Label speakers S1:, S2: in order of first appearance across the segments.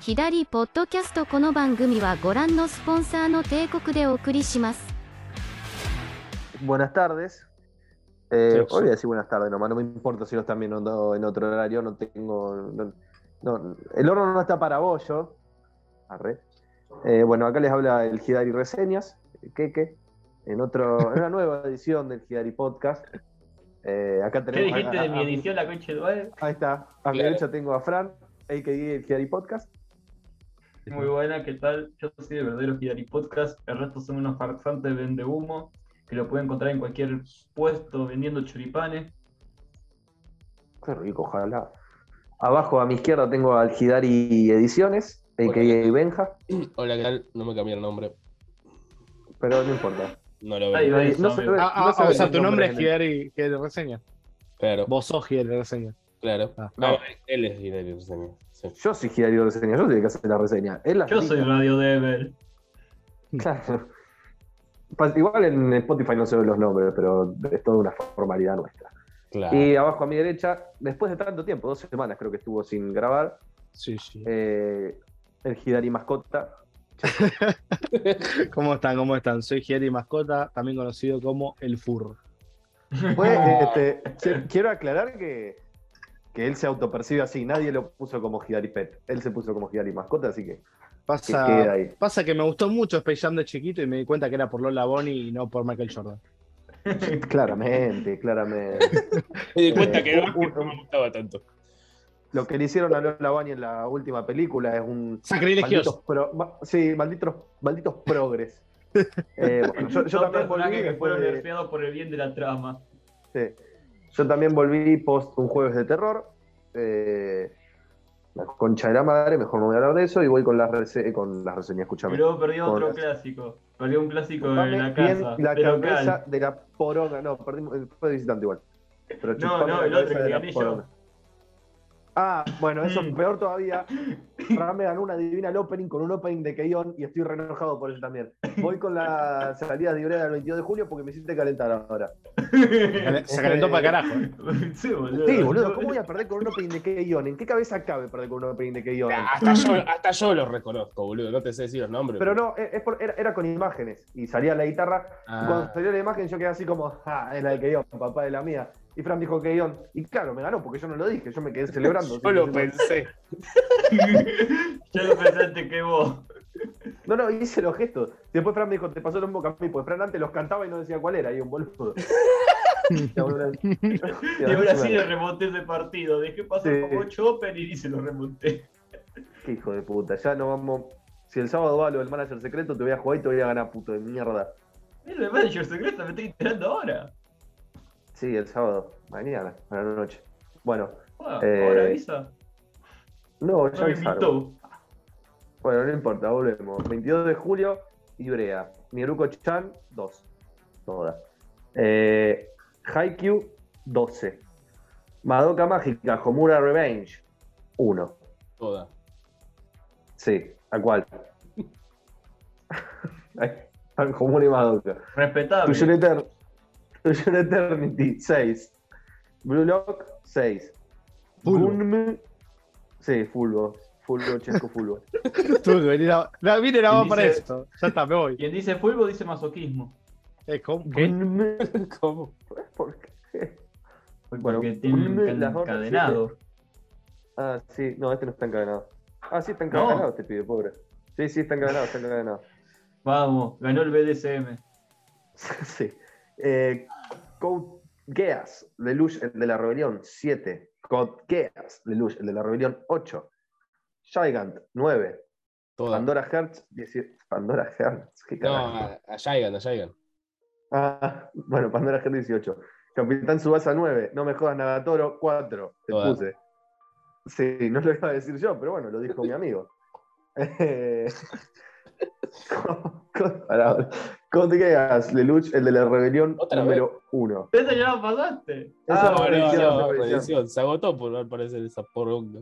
S1: 左ポッドキャストこの番組はご覧のスポンサーの帝国でお送りします
S2: Buenas tardes.
S3: Sí,
S2: Eh,
S3: sí.
S2: hoy voy a decir buenas tardes nomás, no me importa si lo están viendo en en otro horario, no tengo. no- no, el horno no está para bollo. Arre. Eh, bueno, acá les habla el Gidari Reseñas, el Keke, en otro, en una nueva edición del Gidari Podcast. Eh, acá
S4: ¿Qué
S2: tenemos.
S4: dijiste
S2: a- a-
S4: de mi
S2: a-
S4: edición, la coche dual?
S2: Ahí está. A mi
S3: Claro.
S2: derecha tengo a Fran, el que el Gidari Podcast.
S4: Muy buena, ¿qué tal? Yo soy de Verdadero Hidari Podcast, el resto son unos farsantes vende humo, que lo pueden encontrar en cualquier puesto vendiendo choripanes.
S2: Qué rico, ojalá. Abajo a mi izquierda tengo al Gidari Ediciones, el que Benja,
S3: Hola, ¿qué tal? No me cambié el nombre.
S2: pero no importa.
S3: No lo
S4: Ahí
S3: veo.
S4: va.
S2: Eh,
S4: eso,
S2: no se
S4: amigo.
S2: ve-
S5: Ah, ah,
S2: no se
S5: ah,
S2: ven
S5: o sea,
S2: los
S5: tu nombre
S2: nombres
S5: es
S2: en
S5: Gidari Gidari Reseña.
S3: Claro,
S5: Vos sos Gidari Reseña.
S3: claro.
S5: Ah.
S3: No, él es Hidari Reseña. Sí.
S2: el- Yo soy Gidari de reseña, yo soy el que hace la reseña. Él la
S4: Yo soy
S2: explica.
S4: Radio Devil.
S2: Claro. Pa- Igual en Spotify no se ven los nombres, pero es toda una formalidad nuestra.
S3: Claro.
S2: Y abajo a mi derecha, después de tanto tiempo, dos semanas creo que estuvo sin grabar,
S5: Sí, sí.
S2: eh, el Gidari Mascota.
S5: Eh, ¿Cómo están? ¿Cómo están? Soy Gidari Mascota, también conocido como El Furro.
S2: Fue, este, se- quiero aclarar que, que él se autopercibe así, nadie lo puso como Gidari Pet, él se puso como Gidari Mascota, así que, que queda
S5: Pasa,
S2: ahí.
S5: pasa que me gustó mucho Space Jam de chiquito y me di cuenta que era por Lola Bonnie y no por Michael Jordan.
S2: Claramente, claramente.
S3: Me di cuenta que
S2: Eh,
S3: no,
S2: un-
S3: no me gustaba tanto.
S2: Lo que le hicieron a Lola Bunny en la última película es un.
S5: Sacrilegios.
S2: Malditos pro- ma- sí, malditos, malditos progres. Eh, bueno, yo, yo
S4: Dos
S2: también volví
S4: personajes que
S2: después
S4: fueron
S2: de-
S4: nerfeados por el bien de la trama.
S2: sí. Yo también volví post un jueves de terror. eh, la concha de la madre, mejor no voy a hablar de eso. Y voy con las, rese- con las reseñas, escúchame.
S4: Pero perdió
S2: Con
S4: otro
S2: las-
S4: clásico. Perdió un clásico
S2: Chupame
S4: en la
S2: bien
S4: casa.
S2: la
S4: pero
S2: cabeza
S4: cal.
S2: de la poronga. No, perdimos, eh, fue de visitante igual. Pero
S4: No,
S2: chupame
S4: no,
S2: la
S4: el otro
S2: cabeza
S4: que
S2: de la
S4: gané yo.
S2: poronga. Ah, bueno, eso es
S4: Mm.
S2: peor todavía. Ram me ganó una divina al opening con un opening de Keion y estoy re enojado por eso también. Voy con la salida de Ibrea del 22 de julio porque me hiciste calentar ahora.
S5: Se calentó para carajo.
S4: sí, boludo.
S2: Sí, boludo, ¿cómo voy a perder con un opening de Keion? ¿En qué cabeza cabe perder con un opening de Keion?
S4: Ah,
S3: Hasta yo, hasta yo los reconozco, boludo. No te sé decir los nombres.
S2: Pero no, e, es- es por- era, era con imágenes y salía la guitarra. Y cuando salió la imagen yo quedé así como, ah, es la de Keion, papá de la mía. Y Fran dijo Keion. Y claro, me ganó porque yo no lo dije, yo me quedé celebrando.
S3: Yo lo pensé.
S4: Yo lo pensé antes que vos.
S2: No, no, hice los gestos. Después Fran me dijo, te pasó lo mismo que a mí, porque Fran antes los cantaba y no decía cuál era, y un boludo. Y ahora- y
S4: Y
S2: ahora
S4: ahora
S2: se me-
S4: sí le remonté ese partido. Dejé pasar
S2: Sí.
S4: como Chopper y se lo remonté.
S2: Qué hijo de puta, ya no vamos. Si el sábado va lo del manager secreto, te voy a jugar y te voy a ganar, puto de mierda.
S4: Es el manager secreto, me estoy enterando ahora.
S2: Sí, el sábado, mañana, a la noche. Bueno,
S4: Ah,
S2: Eh,
S4: Ahora avisa.
S2: no,
S4: No
S2: ya
S4: me
S2: avisaron.
S4: invitó.
S2: Bueno, no importa, volvemos. 22 de julio, Ibrea. Mieruko Chan, 2. Toda. Eh, Haikyuu, 12. Madoka Mágica, Homura Revenge, 1.
S3: Toda.
S2: Sí, ¿a cuál? Tan común y Madoka.
S4: Respetable.
S2: Fusion Eter- Fusion Eternity, 6. Blue Lock, 6.
S5: Fulbo.
S2: Gunm. Sí, Fulbo. Fulbo, Chesco Fulbo.
S5: Tuve que venir a... No, vine nada más
S4: Y
S5: para
S4: dice-
S5: esto. Ya está, me voy.
S4: Quien dice fulbo dice masoquismo.
S5: Eh, ¿cómo? ¿Qué?
S2: Gunm.
S3: ¿Cómo?
S2: ¿Por qué? Bueno,
S4: Bueno, porque tiene un
S2: fulbo, las
S4: encan-
S2: otras
S4: encadenado.
S2: Ah, sí, no, este no está encadenado. Ah, sí, está encadenado este pibe, pobre. Sí, sí, está encadenado, está encadenado.
S4: Vamos, ganó el BDSM.
S2: sí. Eh, Code Geass, de Luz, el de la Rebelión, 7. Code Geass, de Luz, el de la Rebelión, 8. Gigant, 9.
S3: Toda.
S2: Pandora Hertz, 18. Pandora Hertz, qué
S3: No,
S2: carajo.
S3: a, a Shigan, a Shigan.
S2: Ah, bueno, Pandora Hertz 18. Capitán Subasa 9. No me jodas Nagatoro 4. Te
S3: Joder.
S2: puse. Sí, no lo iba a decir yo, pero bueno, lo dijo mi amigo. Eh, con- con- pará, con Geass, Lelouch, el de la rebelión
S3: Otra
S2: número 1.
S4: Ese ya lo pasaste.
S2: Esa
S4: Ah,
S2: no,
S4: bueno,
S2: no,
S4: ya.
S2: no. revisión.
S3: Se agotó por al parecer esa poronga.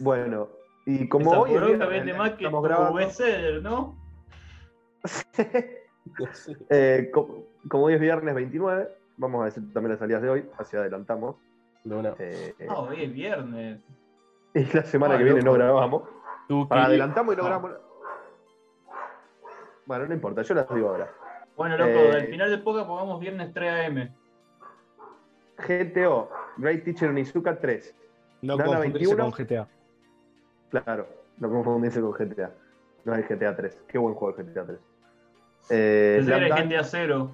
S2: Bueno, y como
S4: Esa
S2: hoy es
S4: poronga
S2: viernes,
S4: vende más que
S2: estamos grabando,
S4: VCR, ¿no?
S3: No sé.
S2: eh, co- como hoy es viernes 29, vamos a decir también las salidas de hoy, así adelantamos.
S3: De una.
S2: eh,
S4: Ah, hoy es viernes.
S2: y la semana
S4: Ah,
S2: que viene
S4: loco.
S2: no grabamos.
S3: Tuki.
S2: Para adelantamos y
S4: No.
S2: logramos. Ah. Bueno, no importa, yo las digo ahora.
S4: Bueno, loco,
S2: Eh.
S4: al final de poca pongamos viernes 3 a.m.
S2: GTO, Great Teacher Onizuka 3.
S5: No
S2: Nana
S5: confundirse
S2: 21.
S5: con GTA.
S2: Claro, no confundirse con GTA. No es GTA 3. Qué buen juego el GTA 3. Eh,
S4: Pensé que
S2: Slam
S4: era
S2: Dunk.
S4: gente a cero.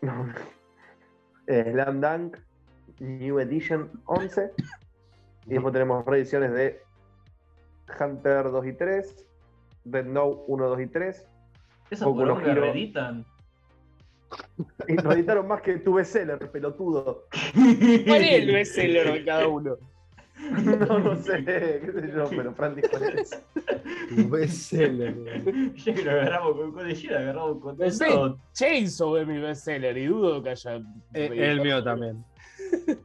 S2: No. Eh, Slam Dunk, New Edition 11. Y después tenemos reediciones de Hunter 2 y 3, Dead Note 1, 2 y 3.
S4: Esa
S2: Poco no
S4: poronga
S2: giro.
S4: reeditan.
S2: Y nos editaron más que tu bestseller, pelotudo.
S3: ¿Cuál es el bestseller de cada uno?
S2: No, no sé, qué sé yo, pero Fran dijo eso.
S5: Tu bestseller, boludo.
S4: Yo que lo agarramos con con yo lo agarramos con
S3: No sé.
S4: todo.
S3: Chainsaw es mi bestseller y dudo que haya.
S5: Eh, El mío también.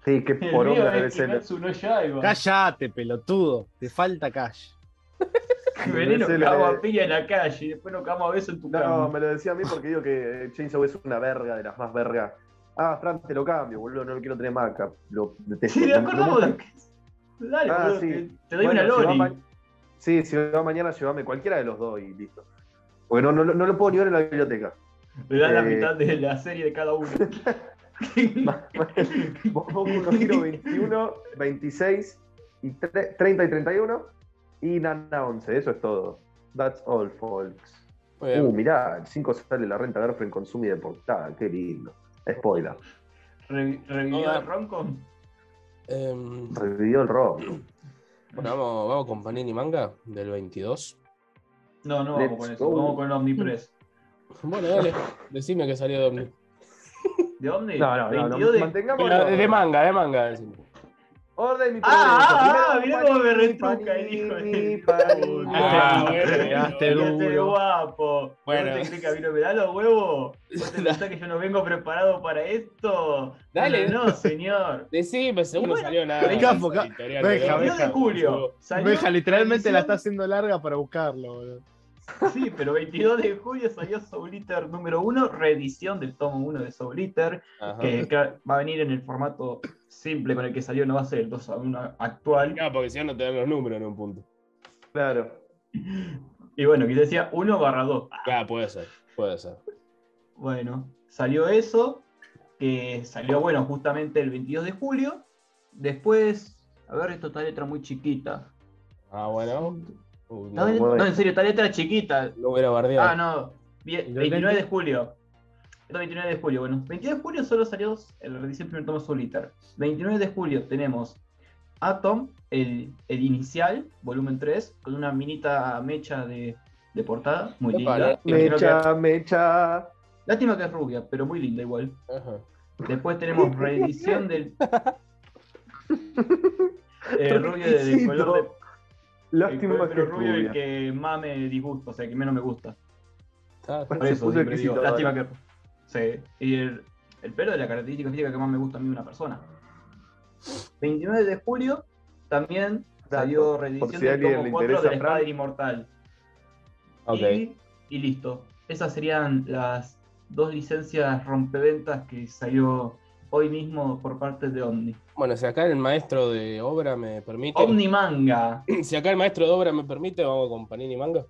S2: Sí, qué
S4: El
S2: poronga
S4: mío
S2: de
S4: es
S2: bestseller.
S4: Kimetsu no Yaiba.
S5: Cállate, pelotudo. Te falta cash.
S4: Veneno
S2: Bestseller
S4: cago
S2: de-
S4: a piña en la calle y después nos cagamos a besos en tu
S2: No,
S4: cama.
S2: me lo decía a mí porque digo que eh, Chainsaw es una verga de las más vergas. Ah, Fran, te lo cambio, boludo, no lo quiero tener más acá. Lo detesto.
S4: Sí,
S2: No-
S4: le
S2: no
S4: acordamos
S2: me-
S4: de que. Dale,
S2: Ah,
S4: boludo,
S2: sí.
S4: te, te doy
S2: Bueno,
S4: una
S2: si va
S4: loli.
S2: ma- Sí, si va mañana, llévame cualquiera de los dos y listo. Porque no, no, no lo puedo ni ver en la biblioteca.
S4: Le das la
S2: Eh.
S4: mitad de la serie de cada uno.
S2: Boku no Hero 21, 26, y tre- 30 y 31 y Nana 11, eso es todo. That's all, folks.
S3: Muy bien.
S2: Uh, mirá, el 5 sale la renta Garfield Consumi de portada, qué lindo. Spoiler.
S4: Re- Revivió
S3: Hola.
S4: a Ronco.
S3: Em,
S2: Revivió el rock.
S3: bueno, vamos, vamos con Panini Manga del 22.
S4: No, no vamos con
S2: Let's
S4: eso,
S2: go.
S4: vamos con Omnipress.
S3: Bueno, dale, decime que salió de Omni.
S4: ¿De dónde?
S2: No, no, no, no,
S4: 22 de-
S2: mantengamos
S3: Pero de manga, de manga, decime.
S2: Orden y
S4: Ah, ah,
S2: progreso.
S4: mirá cómo me
S2: Panini,
S4: retruca el hijo de
S2: Panini, Panini.
S4: puta.
S3: Ah,
S5: Te
S3: bueno,
S5: pegaste
S4: Ya te veo
S5: duro.
S4: guapo.
S3: Bueno.
S4: Bueno. ¿Te crees que a mí no me da los huevos? ¿Vos te pensás que yo no vengo preparado para esto?
S3: Dale.
S4: No, no, señor.
S3: Decime, seguro
S4: Bueno,
S3: salió nada.
S5: Capo,
S3: de esa
S5: ca-
S3: editorial
S5: Benja,
S3: de-
S4: Salió de julio. Salió
S5: Veja, literalmente la está
S4: edición-
S5: haciendo larga para buscarlo, boludo.
S4: Sí, pero 22 de julio salió Soul Eater número 1, reedición del tomo 1 de Soul Eater,
S3: Ajá.
S4: que claro, va a venir en el formato simple con el que salió, no va a ser el 2 a 1 actual.
S3: Claro, porque si no, no te dan los números en un punto.
S2: Claro.
S4: Y bueno, que decía 1 barra 2.
S3: Claro, puede ser, puede ser.
S4: Bueno, salió eso, que salió, bueno, justamente el 22 de julio. Después, a ver, esto está letra muy chiquita.
S3: Ah, bueno. Uh,
S4: No,
S3: no,
S4: no, en serio, está letra chiquita.
S3: no hubiera bardeado.
S4: Ah, no, vie-
S5: ¿Y lo
S4: 29 de
S5: lente?
S4: julio. Esto 29 de julio, bueno. 29 de julio solo salió el rediseño primer tomo Solitaire. 29 de julio tenemos Atom, el, el inicial, volumen 3, con una minita mecha de, de portada, muy linda.
S3: Epa, la-
S4: Imagino que-
S2: Mecha, mecha.
S4: Lástima que es rubia, pero muy linda igual.
S3: Ajá.
S4: Después tenemos reedición del. Eh, rubio de, del color de.
S2: Lástima
S4: el
S2: que
S4: pelo
S2: es
S4: rubio el
S2: rubia.
S4: que más me disgusta, o sea, que menos me gusta.
S3: Está-
S4: Por
S2: Se
S4: eso
S2: puso
S4: siempre digo,
S2: exquisito,
S4: lástima que. Sí, y el, el pelo es la característica física que más me gusta a mí de una persona. 29 de julio también salió
S2: por
S4: reedición
S2: si a
S4: del
S2: alguien
S4: tomo
S2: le
S4: 4
S2: interesa,
S4: de la espada
S2: Fran.
S4: del inmortal.
S3: Ok.
S4: Y, y listo. Esas serían las dos licencias rompeventas que salió hoy mismo por parte de Omni.
S3: Bueno, si acá el maestro de obra me permite.
S4: Omni Manga.
S3: Si acá el maestro de obra me permite, vamos con Panini Manga.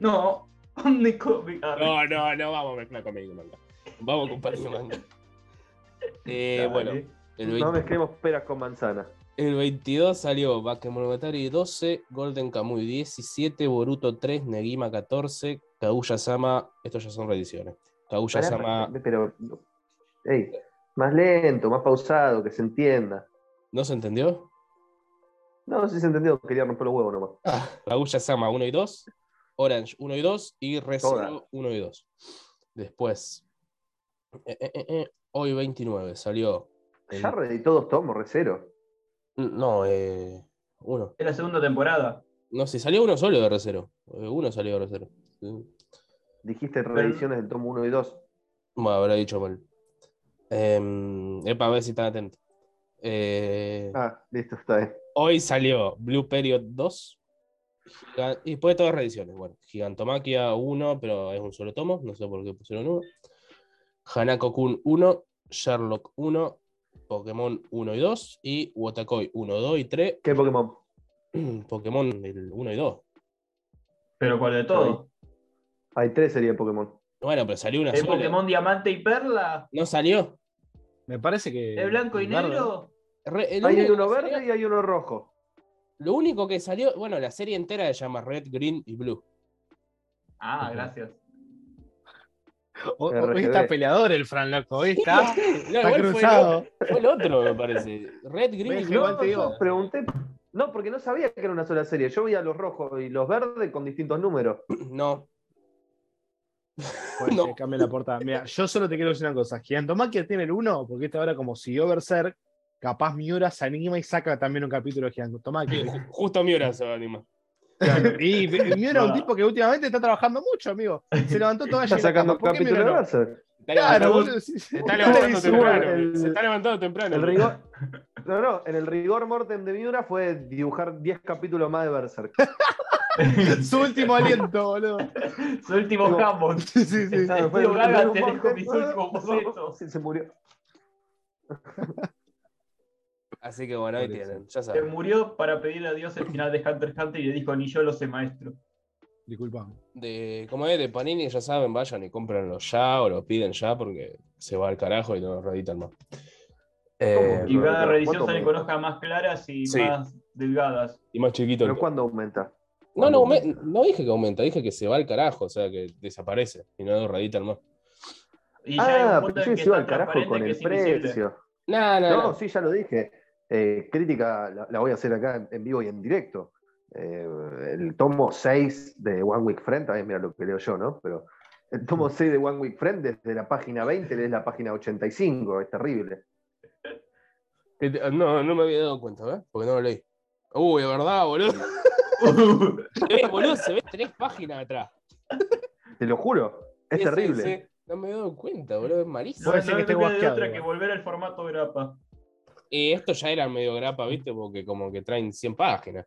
S4: No, Omni Comic. Arre.
S3: No, eh, no, no, vamos a mezclar con Panini Manga. Vamos con Panini Manga. Eh,
S4: Dale.
S3: bueno, el, vein-
S2: No mezclemos peras con manzana.
S3: el 22 salió Bakemonogatari 12, Golden Kamuy 17, Boruto 3, Negima 14, Kaguya Sama. Estos ya son reediciones. Kaguya Sama.
S2: Pero. Ey, más lento, más pausado, que se entienda.
S3: ¿No se entendió?
S2: No, si se entendió, quería romper los huevos nomás.
S3: Kaguya Sama 1 y 2, Orange 1 y 2 y
S2: Todas.
S3: Rezero 1 y 2. Después, eh, eh, eh, eh, hoy 29 salió. el-
S2: Ya reeditó dos tomos, recero.
S3: no, eh, uno.
S4: Es la segunda temporada.
S3: No sé, salió uno solo de Recero. Eh, Uno salió de Recero. Sí.
S2: Dijiste reediciones del tomo 1 y 2.
S3: Bueno, habrá dicho mal. Em, epa, a ver si están atentos. Eh,
S2: Ah, listo, está bien.
S3: Hoy salió Blue Period 2. Giga- Y después de todas reediciones. Bueno, Gigantomaquia 1, pero es un solo tomo. No sé por qué pusieron 1. Hanako Kun 1. Sherlock 1. Pokémon 1 y 2. Y Watakoi 1, 2 y 3.
S2: ¿Qué Pokémon?
S3: Pokémon del 1 y 2.
S4: Pero ¿cuál de todo?
S2: Hay tres series de Pokémon.
S3: Bueno, pero salió una
S4: ¿El
S3: sola.
S4: Pokémon Diamante y Perla?
S3: No salió.
S5: Me parece
S3: Eh,
S5: que.
S4: ¿El blanco y
S5: Bernardo-
S4: negro?
S3: Re- el
S2: Hay
S3: único
S2: uno
S3: que salió-
S2: verde y hay uno rojo.
S3: Lo único que salió, bueno, la serie entera se llama Red, Green y Blue.
S4: Ah, gracias.
S5: O- o-
S2: RGB.
S5: Hoy está peleador el Fran Loco, hoy está,
S3: No,
S5: está
S3: igual fue el-
S5: cruzado.
S3: Fue, el otro, me parece. Red, Green y
S5: Ves,
S3: Blue.
S5: igual te digo.
S2: Yo pregunté. No, porque no sabía que era una sola serie. Yo veía los rojos y los verdes con distintos números.
S3: No.
S5: Pues,
S3: No.
S5: eh, cambia la portada. Mira, yo solo te quiero decir una cosa. Gigantomaquia tiene el 1, porque esta hora, como siguió Berserk, capaz Miura se anima y saca también un capítulo de Gigantomaquia.
S3: Ju- Justo a mi hora se va a animar.
S5: y eh, Miura es un tipo que últimamente está trabajando mucho, amigo. Se levantó toda
S2: Está
S5: llena de
S2: sacando
S5: cama. ¿Por qué Miura
S2: capítulos de
S5: no?
S2: Berserk.
S3: Está
S5: Claro,
S3: levantando-
S5: boludo, sí, sí.
S3: se está levantando
S5: Dale, sí,
S3: temprano.
S5: bueno,
S2: el-
S3: se está levantando temprano.
S2: El rigor. No, no, en el rigor mortem de Miura fue dibujar 10 capítulos más de Berserk.
S5: Su último aliento, boludo.
S4: Su último
S2: Digo-
S4: jamón.
S5: Sí, sí, sí.
S2: Claro, fue
S4: Tío,
S2: un
S4: Gaga,
S2: rigor
S4: te dejo
S2: mortem.
S4: mis últimos bocetos.
S2: Sí, Se murió.
S3: Así que bueno, ahí tienen.
S4: Se
S3: Ya saben.
S4: murió para pedirle a Dios el final de Hunter x Hunter y le dijo, ni yo lo sé, maestro.
S5: Disculpa.
S3: De, como es de Panini, ya saben, vayan y cómprenlo ya o lo piden ya porque se va al carajo y no lo reeditan más. Eh,
S4: Y
S2: Pero,
S4: cada
S2: pero,
S4: revisión
S2: ¿cuánto
S4: salen con
S2: aumenta?
S4: hojas más claras y
S3: Sí.
S4: más delgadas.
S3: y más chiquito. el
S2: Pero ¿cuándo aumenta?
S3: No, no, aumen- no dije que aumenta, dije que se va al carajo, o sea, que desaparece y no lo reeditan más.
S4: Y
S2: Ah,
S4: punto
S2: pero
S4: en
S2: yo
S4: que
S2: se iba
S4: es
S2: al
S4: tan
S2: carajo
S4: transparente
S2: con
S4: que
S2: el
S4: es invisible.
S2: precio.
S3: No, no,
S2: No,
S3: no.
S2: sí, ya lo dije. Eh, crítica la, la voy a hacer acá en, en vivo y en directo. Eh, el tomo 6 de One Week Friend, también mira lo que leo yo, ¿no? Pero el tomo 6 de One Week Friend desde la página 20 lees la página 85, es terrible.
S3: Que te- No, no me había dado cuenta, ¿ves? Porque no lo leí. Uy, de verdad, boludo. Eh, boludo, se ve tres páginas atrás.
S2: Te lo juro, es
S3: Sí, sí,
S2: terrible.
S3: sí. No me había dado cuenta, boludo, es
S4: No,
S3: malísimo.
S5: Puede ser
S4: no
S5: que
S4: me
S5: esté
S4: queda de
S5: guasqueado,
S4: otra que
S5: igual.
S4: volver al formato grapa.
S3: Eh, esto ya era medio grapa, ¿viste? Porque como que traen 100 páginas.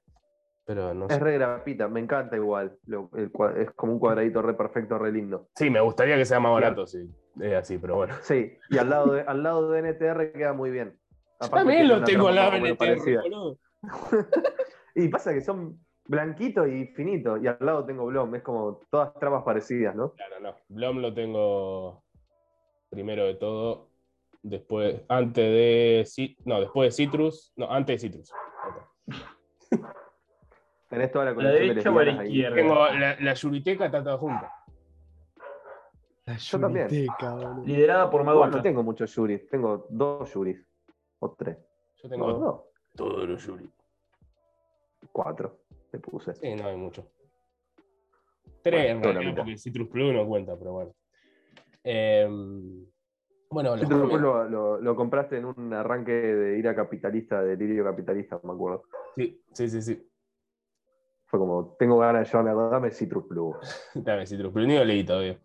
S3: Pero no
S2: Es
S3: sé.
S2: re grapita, me encanta igual. Lo- el cua- es como un cuadradito re perfecto, re lindo.
S3: Sí, me gustaría que sea más barato, sí. Es así, pero bueno.
S2: Sí, y al lado de, al lado de NTR queda muy bien. Aparte
S3: También
S2: tiene
S3: lo
S2: una
S3: tengo
S2: trama
S3: al
S2: más
S3: lado
S2: o
S3: en
S2: menos
S3: el terreno,
S2: parecida.
S3: boludo.
S2: Y pasa que son blanquitos y finitos, y al lado tengo Blom, es como todas tramas parecidas, ¿no?
S3: Claro, no. Blom lo tengo primero de todo. Después, antes de. Ci- No, después de Citrus. No, antes de Citrus. Ok.
S2: Tenés toda la
S4: ¿A la
S2: colección de
S4: derecha o a la
S2: lesbianas ahí.
S4: izquierda?
S3: Tengo la, la Yuriteca, está toda junta.
S5: La
S2: Yo también. Ah.
S5: Yuriteca, boludo.
S4: Liderada por
S2: Igual
S4: Madoka.
S2: no tengo muchos Yuris, tengo dos Yuris, o tres.
S3: Yo
S2: No,
S3: tengo
S2: dos,
S3: todos los Yuri.
S2: cuatro, te puse.
S3: Sí, no hay mucho. Tres,
S2: Bueno, toda la
S3: en realidad,
S2: mitad.
S3: porque Citrus Plus no cuenta, pero bueno. Eh, bueno, los
S2: Sí, pero después
S3: cómics-
S2: lo, lo- lo compraste en un arranque de ira capitalista, de delirio capitalista, me acuerdo.
S3: sí, sí, sí, sí.
S2: Fue como, tengo ganas de llevarme a dame Citrus Blue.
S3: Dame Citrus Plus, ni lo leí todavía.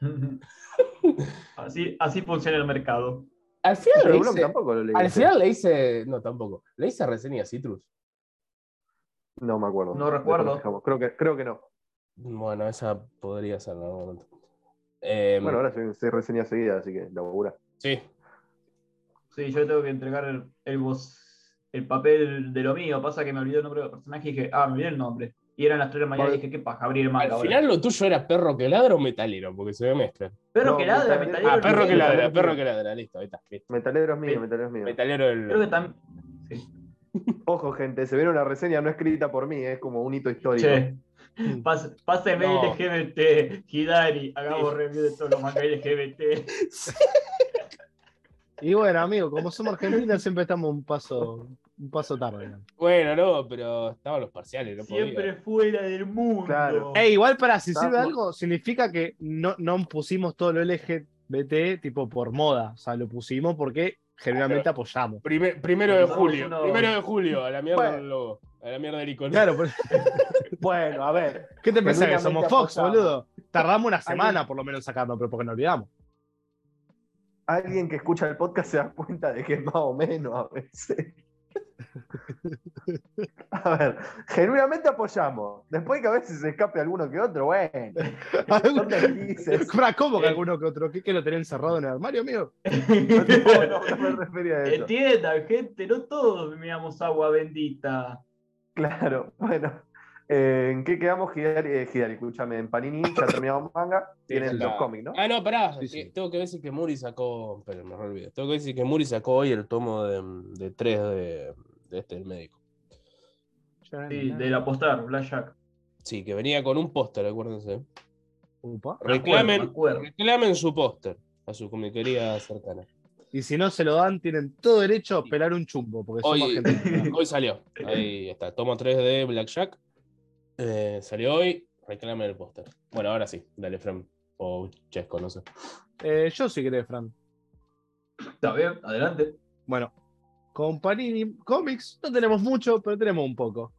S4: así, así funciona el mercado.
S3: Al final,
S2: Pero
S3: le
S2: Blom
S3: hice,
S2: tampoco lo leí.
S3: al final le hice. No, tampoco. Le hice reseña a Citrus.
S2: No me acuerdo.
S4: No recuerdo.
S2: Después dejamos. Creo que, creo que no.
S3: Bueno, esa podría ser en algún momento. Em,
S2: Bueno, ahora soy, soy reseña seguida, así que labura.
S3: Sí,
S4: Sí, yo tengo que entregar el, el, voz- el papel de lo mío. Pasa que me olvidé el nombre del personaje y dije, ah, me olvidé el nombre. Y eran las 3 de la mañana y
S2: Vale.
S4: dije, qué paja, abrir el
S3: al
S4: manga ahora.
S3: final lo tuyo era perro que ladra o metalero, porque se ve mezcla.
S4: Perro
S2: No,
S4: que ladra,
S2: metalero-
S4: metalero.
S3: Ah,
S4: no
S3: perro
S4: sé.
S3: que ladra,
S2: metalero.
S3: perro que ladra, listo, ahí está. listo.
S2: Metalero es mío,
S4: Bien.
S2: metalero es mío.
S3: Metalero el.
S4: Creo que también.
S2: Ojo, gente, se viene una reseña no escrita por mí, es como un hito histórico.
S4: Che, pas- pásenme
S3: No.
S4: LGBT, Hidari, hagamos review de todos los mangas LGBT.
S5: Y bueno, amigo, como somos argentinos, siempre estamos un paso, un paso tarde. ¿no?
S3: Bueno, no, pero estaban los parciales, no podía.
S4: Siempre fuera del mundo.
S2: Claro.
S5: Eh, igual para si
S2: Estamos-
S5: sirve algo, significa que no, no pusimos todo lo LGBT tipo por moda. O sea, lo pusimos porque generalmente apoyamos.
S3: Prime- primero de
S4: No,
S3: julio,
S4: no.
S3: primero de julio, a la mierda
S2: Bueno.
S3: del logo, a la mierda del icono.
S5: Claro, por-
S2: Bueno, a ver.
S5: ¿qué te pensás que somos
S2: Genuinamente
S5: Fox,
S2: apoyamos.
S5: boludo? Tardamos una semana por lo menos en sacarlo, pero porque nos olvidamos.
S2: Alguien que escucha el podcast se da cuenta de que más o menos a veces. A ver, genuinamente apoyamos. Después que a veces se escape alguno que otro, bueno, son deslices.
S5: Fra, ¿Cómo
S2: eh,
S5: que alguno que otro? ¿Qué, que lo tenés encerrado en el armario, amigo?
S2: No, no, no me refería a eso.
S4: Entiendan, gente, no todos miramos agua bendita.
S2: Claro, bueno. Eh, ¿En qué quedamos, Hidari? Eh, Hidari, escúchame, en Panini ya terminamos manga, tienen
S5: sí,
S2: los
S3: la-
S2: cómics, ¿no?
S3: Ah, no, pará.
S5: Sí, sí.
S3: que- Tengo que decir que Muri sacó. Pero me olvidé. Tengo que decir que Muri sacó hoy el tomo de, de 3 de, de este, el médico.
S4: Sí, del apostar, Blackjack.
S3: Sí, que venía con un póster, acuérdense.
S5: Ah, Upa.
S4: Me acuerdo, me
S3: Reclamen,
S4: acuerdo.
S3: reclamen su póster a su comiquería cercana.
S5: Pues Y si no se lo dan, tienen todo derecho a pelar un chumbo, porque somos
S3: Oye.
S5: gente.
S3: Hoy salió. Ahí está. Tomo 3 de Blackjack. Eh, salió hoy. Reclamen el póster. Bueno, ahora sí. Dale, Fran. O Chesco, no sé.
S5: Eh, yo sí creo, Fran.
S4: Está bien, adelante.
S5: Bueno, con Panini Comics no tenemos mucho, pero tenemos un poco.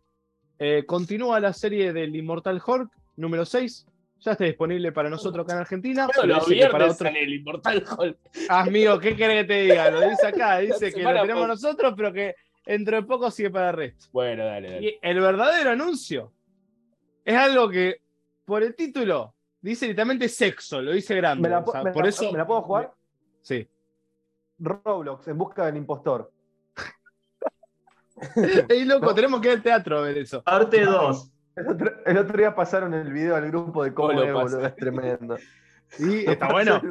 S5: Eh, continúa la serie del Inmortal Hulk número 6. Ya está disponible para nosotros acá en Argentina.
S3: Todos
S5: pero
S3: los
S5: dice que para
S3: viernes
S5: otro- Ah,
S3: sale el Inmortal Hulk.
S5: Amigo, ¿qué querés que te diga? Lo dice acá, dice que lo
S3: semana
S5: tenemos
S3: post.
S5: nosotros, pero que dentro de poco sigue para el resto.
S3: Bueno, dale, dale.
S5: Y el verdadero anuncio es algo que, por el título, dice literalmente sexo, lo dice grande.
S2: ¿Me la,
S5: O
S2: po-
S5: sea,
S2: me la-
S5: ah, por eso,
S2: ¿Me la puedo jugar?
S5: Sí.
S2: Roblox, en busca del impostor.
S5: Ey, loco, tenemos que ir al teatro a ver eso.
S4: Parte 2.
S2: El otro, el otro día pasaron el video al grupo de cómo
S3: Oh, lo
S2: es,
S3: pasé.
S2: boludo, es tremendo.
S5: Y está bueno.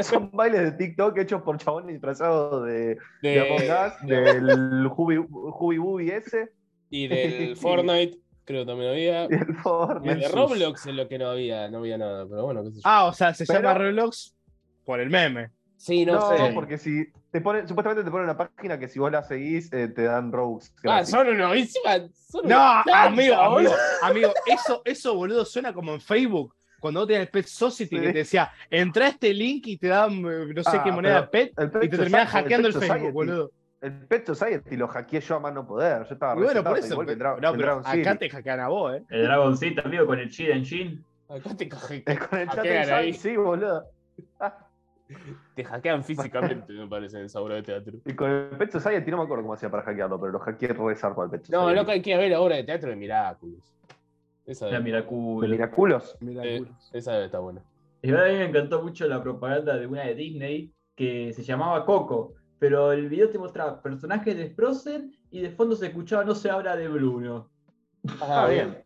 S2: Son bailes de TikTok hechos por chabones disfrazados de,
S3: De-
S2: de Among Us, del Hubi Bubi ese,
S3: Y del Fortnite, creo que también había.
S2: y el
S3: Y
S2: Fortnite.
S3: de Roblox es lo que no había, no había nada, pero bueno, qué sé yo.
S5: Ah, o sea, se
S2: Pero-
S5: llama Roblox por el meme.
S3: sí, no,
S2: No, eh,
S3: sé. Ah,
S2: porque si te ponen, supuestamente te ponen una página que si vos la seguís eh, te dan rogues.
S3: Ah,
S2: gratis.
S3: son unos, encima, son
S5: No,
S3: unos chanchas,
S5: amigo, amigo,
S3: boludo.
S5: amigo, eso, eso, boludo, suena como en Facebook. Cuando vos tenías el Pet Society
S2: Sí.
S5: que te decía, entra a este link y te dan eh, no sé
S2: Ah,
S5: qué moneda
S2: pero
S5: pet
S2: el
S5: y
S2: Pet
S5: te terminás
S2: Society-
S5: hackeando el,
S2: Pet
S5: Facebook,
S2: Society-
S5: boludo.
S2: El Pet Society lo hackeé yo a mano poder. Yo estaba
S5: Y bueno, por
S2: resetado,
S5: eso.
S2: igual que
S5: pe-
S2: en Dra-
S5: no,
S2: en
S5: pero
S2: Dragon City.
S5: acá te hackean a vos, ¿eh?
S4: El Dragoncito, amigo, con el Chid Engine.
S3: Acá te, coge-
S2: Eh, Con el chat
S3: hackean
S2: de
S3: ahí.
S2: sí, boludo. Ah,
S3: te hackean físicamente, me parece, en esa obra de teatro.
S2: Y con el Pet Society no me acuerdo cómo hacía para hackearlo, pero lo hackeé re zarpa al Pet
S3: No,
S2: Society.
S3: loco, hay que ver la obra de teatro de Miraculous. Esa
S4: La
S3: debe,
S2: ¿De
S4: Miraculo.
S2: Miraculos?
S5: Mira,
S3: eh, esa debe estar buena.
S4: Y ahora a mí me encantó mucho la propaganda de una de Disney que se llamaba Coco. Pero el video te mostraba personajes de Frozen y de fondo se escuchaba No se habla de Bruno.
S2: Ah, bien.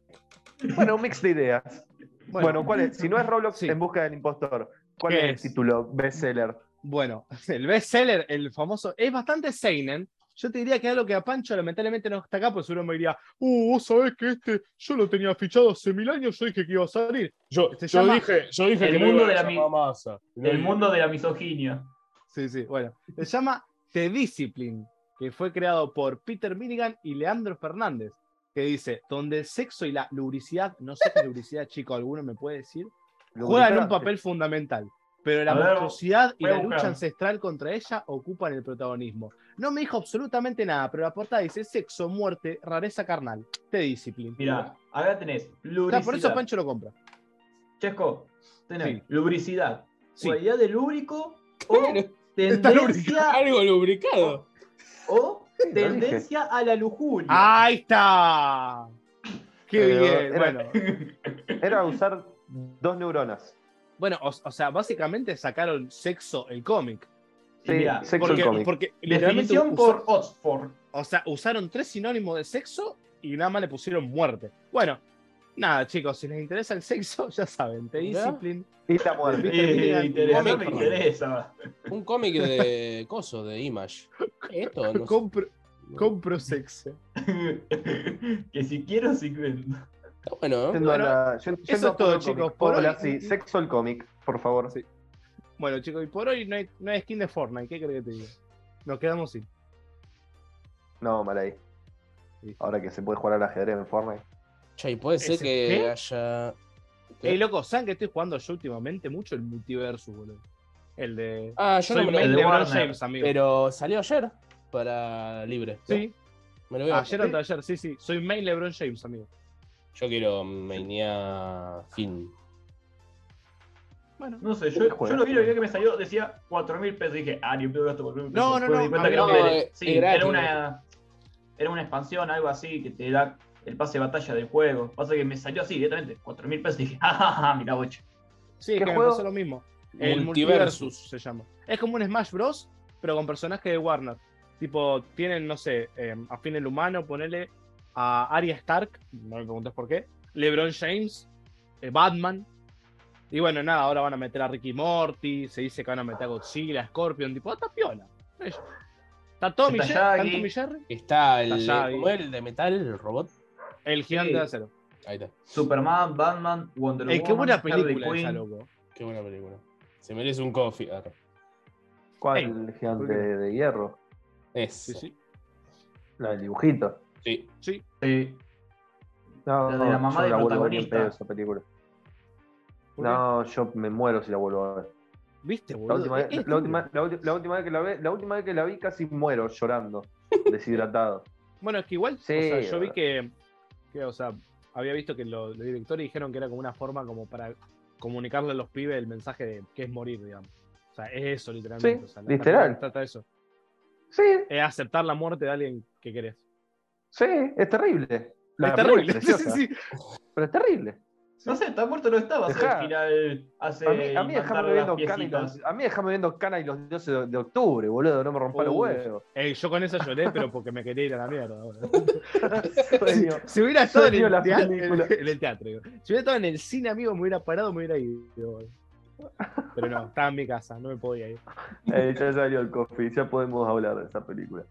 S2: Bueno, un mix de ideas. Bueno,
S5: Bueno,
S2: ¿cuál es? Si no es Roblox,
S5: Sí.
S2: en busca del impostor. ¿Cuál
S5: ¿Qué
S2: es el
S5: es?
S2: título bestseller?
S5: bueno, el bestseller, el famoso, es bastante seinen. Yo te diría que es algo que a Pancho lamentablemente no está acá, porque seguro me diría, uh, vos sabés que este yo lo tenía fichado hace mil años, yo dije que iba a salir.
S3: Yo,
S5: Se llama-
S3: dije, yo dije
S4: El mundo de la mi-
S3: masa.
S4: El mundo de la misoginia.
S5: Sí, sí, bueno. Se llama The Discipline, que fue creado por Peter Milligan y Leandro Fernández, que dice, donde el sexo y la lubricidad, no sé qué lubricidad, chico, alguno me puede decir, juegan un papel fundamental, pero la
S4: A ver,
S5: monstruosidad y
S4: voy a
S5: la lucha
S4: buscar.
S5: ancestral contra ella ocupan el protagonismo. No me dijo absolutamente nada, pero la portada dice sexo, muerte, rareza carnal, The Discipline.
S4: Mirá, acá tenés
S5: Está,
S4: lubricidad.
S5: por eso Pancho lo compra.
S4: Chesco, tenés
S5: Sí.
S4: lubricidad.
S5: Sí.
S4: Cualidad de lúbrico o
S5: Está
S4: tendencia,
S3: Algo lubricado.
S4: o
S2: lo
S4: tendencia a la lujuria.
S5: ¡Ahí está! ¡Qué
S2: Pero
S5: bien!
S2: era-
S5: Bueno.
S2: Era usar dos neuronas.
S5: Bueno, o, o sea, básicamente sacaron sexo el cómic.
S4: Y
S2: Sí,
S4: mirá,
S2: sexo
S5: Porque,
S2: en cómic.
S5: porque literalmente
S4: definición
S5: usa-
S4: por Oxford.
S5: o sea, usaron tres sinónimos de sexo y nada más le pusieron muerte. Bueno, nada, chicos, si les interesa el sexo, ya saben, The
S3: Mirá.
S5: Discipline.
S2: Y la muerte.
S5: Peter
S4: Eh, interesa,
S5: Milligan,
S4: me
S5: cómic,
S4: interesa.
S3: Un cómic de coso, de Image. ¿Qué es Esto, no sé.
S5: Compro, compro sexo.
S4: que si quiero, si vendo.
S3: Está bueno, ¿eh?
S2: Yendo a la- yendo- yendo
S5: eso es
S2: a
S5: todo,
S2: Polo
S5: chicos,
S2: Comic.
S5: por
S2: Hola,
S5: hoy.
S2: sí, sexo el cómic, por favor.
S5: Sí. Bueno, chicos, y por hoy no hay, no hay skin de Fortnite, ¿qué crees que te diga? Nos quedamos sin.
S2: No, mal ahí.
S5: Sí.
S2: Ahora que se puede jugar al ajedrez en Fortnite.
S3: Che, y puede ser
S5: ¿Ese
S3: que
S5: qué?
S3: haya. ¿Qué?
S5: Ey, loco, ¿saben que estoy jugando yo últimamente mucho el multiversus, boludo? El de.
S3: Ah, yo
S5: Soy
S3: no me
S4: el
S3: lo
S5: main de
S4: de
S5: Bron
S4: Warner,
S5: James, amigo.
S3: Pero salió ayer para libre.
S5: sí,
S3: Me lo voy a
S5: ayer o ayer, sí, sí. Soy main LeBron James, amigo.
S3: Yo quiero Mania Fin.
S5: Bueno.
S4: No sé, yo,
S2: Qué
S4: yo
S2: juego.
S4: lo vi, lo vi que me salió, decía 4.000 pesos. Dije, ah, ni un pedo gasto 4.000 pesos.
S5: No, no,
S4: Después me di
S5: no,
S4: cuenta que era
S5: no,
S4: un
S3: no,
S4: DLC.
S3: eh,
S4: Sí,
S3: es gratis.
S4: era una, era una expansión, algo así, que te da el pase de batalla del juego. Pasa que me salió así, directamente, 4.000 pesos. Dije, ah, ah, ah, mirá, boche.
S5: Sí,
S2: ¿Qué
S5: es que me
S2: juego?
S5: pasó lo mismo. El multiversus se llama. Es como un Smash Bros, em, pero con personajes de Warner. Tipo, tienen, no sé, eh, a fin el humano, ponele a Arya Stark, no me preguntes por qué, LeBron James, eh, Batman. Y bueno, nada, ahora van a meter a Ricky Morty, se dice que van a meter a Godzilla, a Scorpion, tipo, está piola. Está Tommy
S4: Está
S5: Jerry, está
S4: Shaggy.
S5: Tom y Jerry,
S3: Está el, eh,
S5: Está Xavi.
S3: ¿cómo es el de metal, el robot.
S5: el gigante
S4: Sí.
S5: de acero.
S3: Ahí está.
S4: Superman, Batman, Wonder
S5: Eh,
S4: Woman.
S5: qué buena
S4: Harley
S5: película esa,
S4: Quinn.
S5: loco.
S3: Qué buena película. Se merece un coffee. Ah, no.
S2: ¿Cuál gigante
S5: porque-
S2: de hierro?
S3: Eso.
S5: Sí, sí.
S2: La del dibujito.
S3: Sí.
S4: Sí.
S2: No,
S4: La de la mamá
S2: yo
S4: del
S2: la vuelvo ni en
S4: protagonista.
S2: pedo esa película.
S5: ¿Por qué?
S2: No, yo me muero si la vuelvo a ver.
S5: ¿Viste,
S2: La
S5: boludo?
S2: última,
S5: Eh,
S2: vez, la, última, la ulti- la última vez que la ve- la última vez que la vi casi muero llorando, deshidratado.
S5: Bueno, es que igual, o
S2: Sí,
S5: sea, yo vi
S2: boludo.
S5: que, que, o sea, había visto que lo- los directores dijeron que era como una forma como para comunicarle a los pibes el mensaje de que es morir, digamos. O sea, es eso, literalmente.
S2: Sí,
S5: o sea, la
S2: literal.
S5: película Trata de eso.
S2: Sí,
S5: Es aceptar la muerte de alguien que querés.
S2: sí, es terrible. La película
S5: es terrible.
S2: es
S5: Sí,
S2: preciosa,
S5: sí, sí.
S2: Pero es terrible.
S4: No sé, tan muerto no estaba. hace
S2: Dejá.
S4: el final hace.
S2: A mí, a mí
S4: inventar
S2: déjame viendo
S4: las
S2: Cana y los,
S4: piecitas.
S2: a mí déjame viendo Cana y los dioses de, de octubre, boludo, no me rompa los
S5: Uh.
S2: huevos.
S5: Eh, yo con esa lloré, pero porque me quería ir a la mierda. boludo. si,
S2: Sueño.
S5: si hubiera estado en
S2: Sueño
S5: el,
S2: la
S5: teatro,
S2: película.
S5: en el teatro, digo. si hubiera estado en el cine, amigo, me hubiera parado, me hubiera ido. boludo. Pero no, estaba en mi casa, no me podía ir.
S2: Eh, ya salió el coffee, ya podemos hablar de esa película.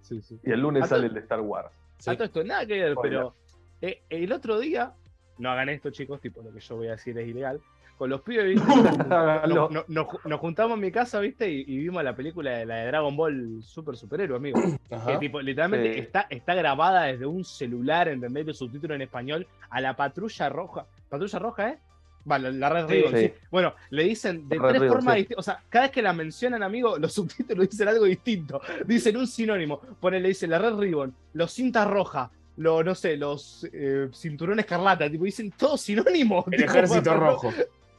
S5: Sí, sí.
S2: Y el lunes
S5: Hasta-
S2: sale el de Star Wars.
S3: Sí.
S5: A todo esto, nada que ver,
S2: Spoiler.
S5: pero eh, el otro día, no hagan esto, chicos, tipo lo que yo voy a decir es ilegal. Con los pibes, ¿viste?
S2: Háganlo.
S5: nos, nos- nos ju- nos juntamos en mi casa, ¿viste? Y, y vimos la película de la de Dragon Ball Super Superhéroe, amigo. Que
S3: Ajá.
S5: tipo, literalmente
S2: Sí.
S5: está, está grabada desde un celular, ¿entendés? Los subtítulos en español a la patrulla roja. ¿Patrulla roja, eh? Vale, la red
S4: Sí,
S5: Ribbon,
S2: sí.
S5: sí. Bueno, le dicen de
S2: Red
S5: tres
S2: Ribbon,
S5: formas
S2: sí.
S5: distintas. O sea, cada vez que la mencionan, amigo, los subtítulos dicen algo distinto. Dicen un sinónimo. Ponele, dicen la red ribbon, los cintas rojas, los, no sé, los eh, cinturones escarlata. Tipo, dicen todo sinónimo.
S3: El
S5: Tipo,
S3: ejército
S5: bueno,
S3: rojo.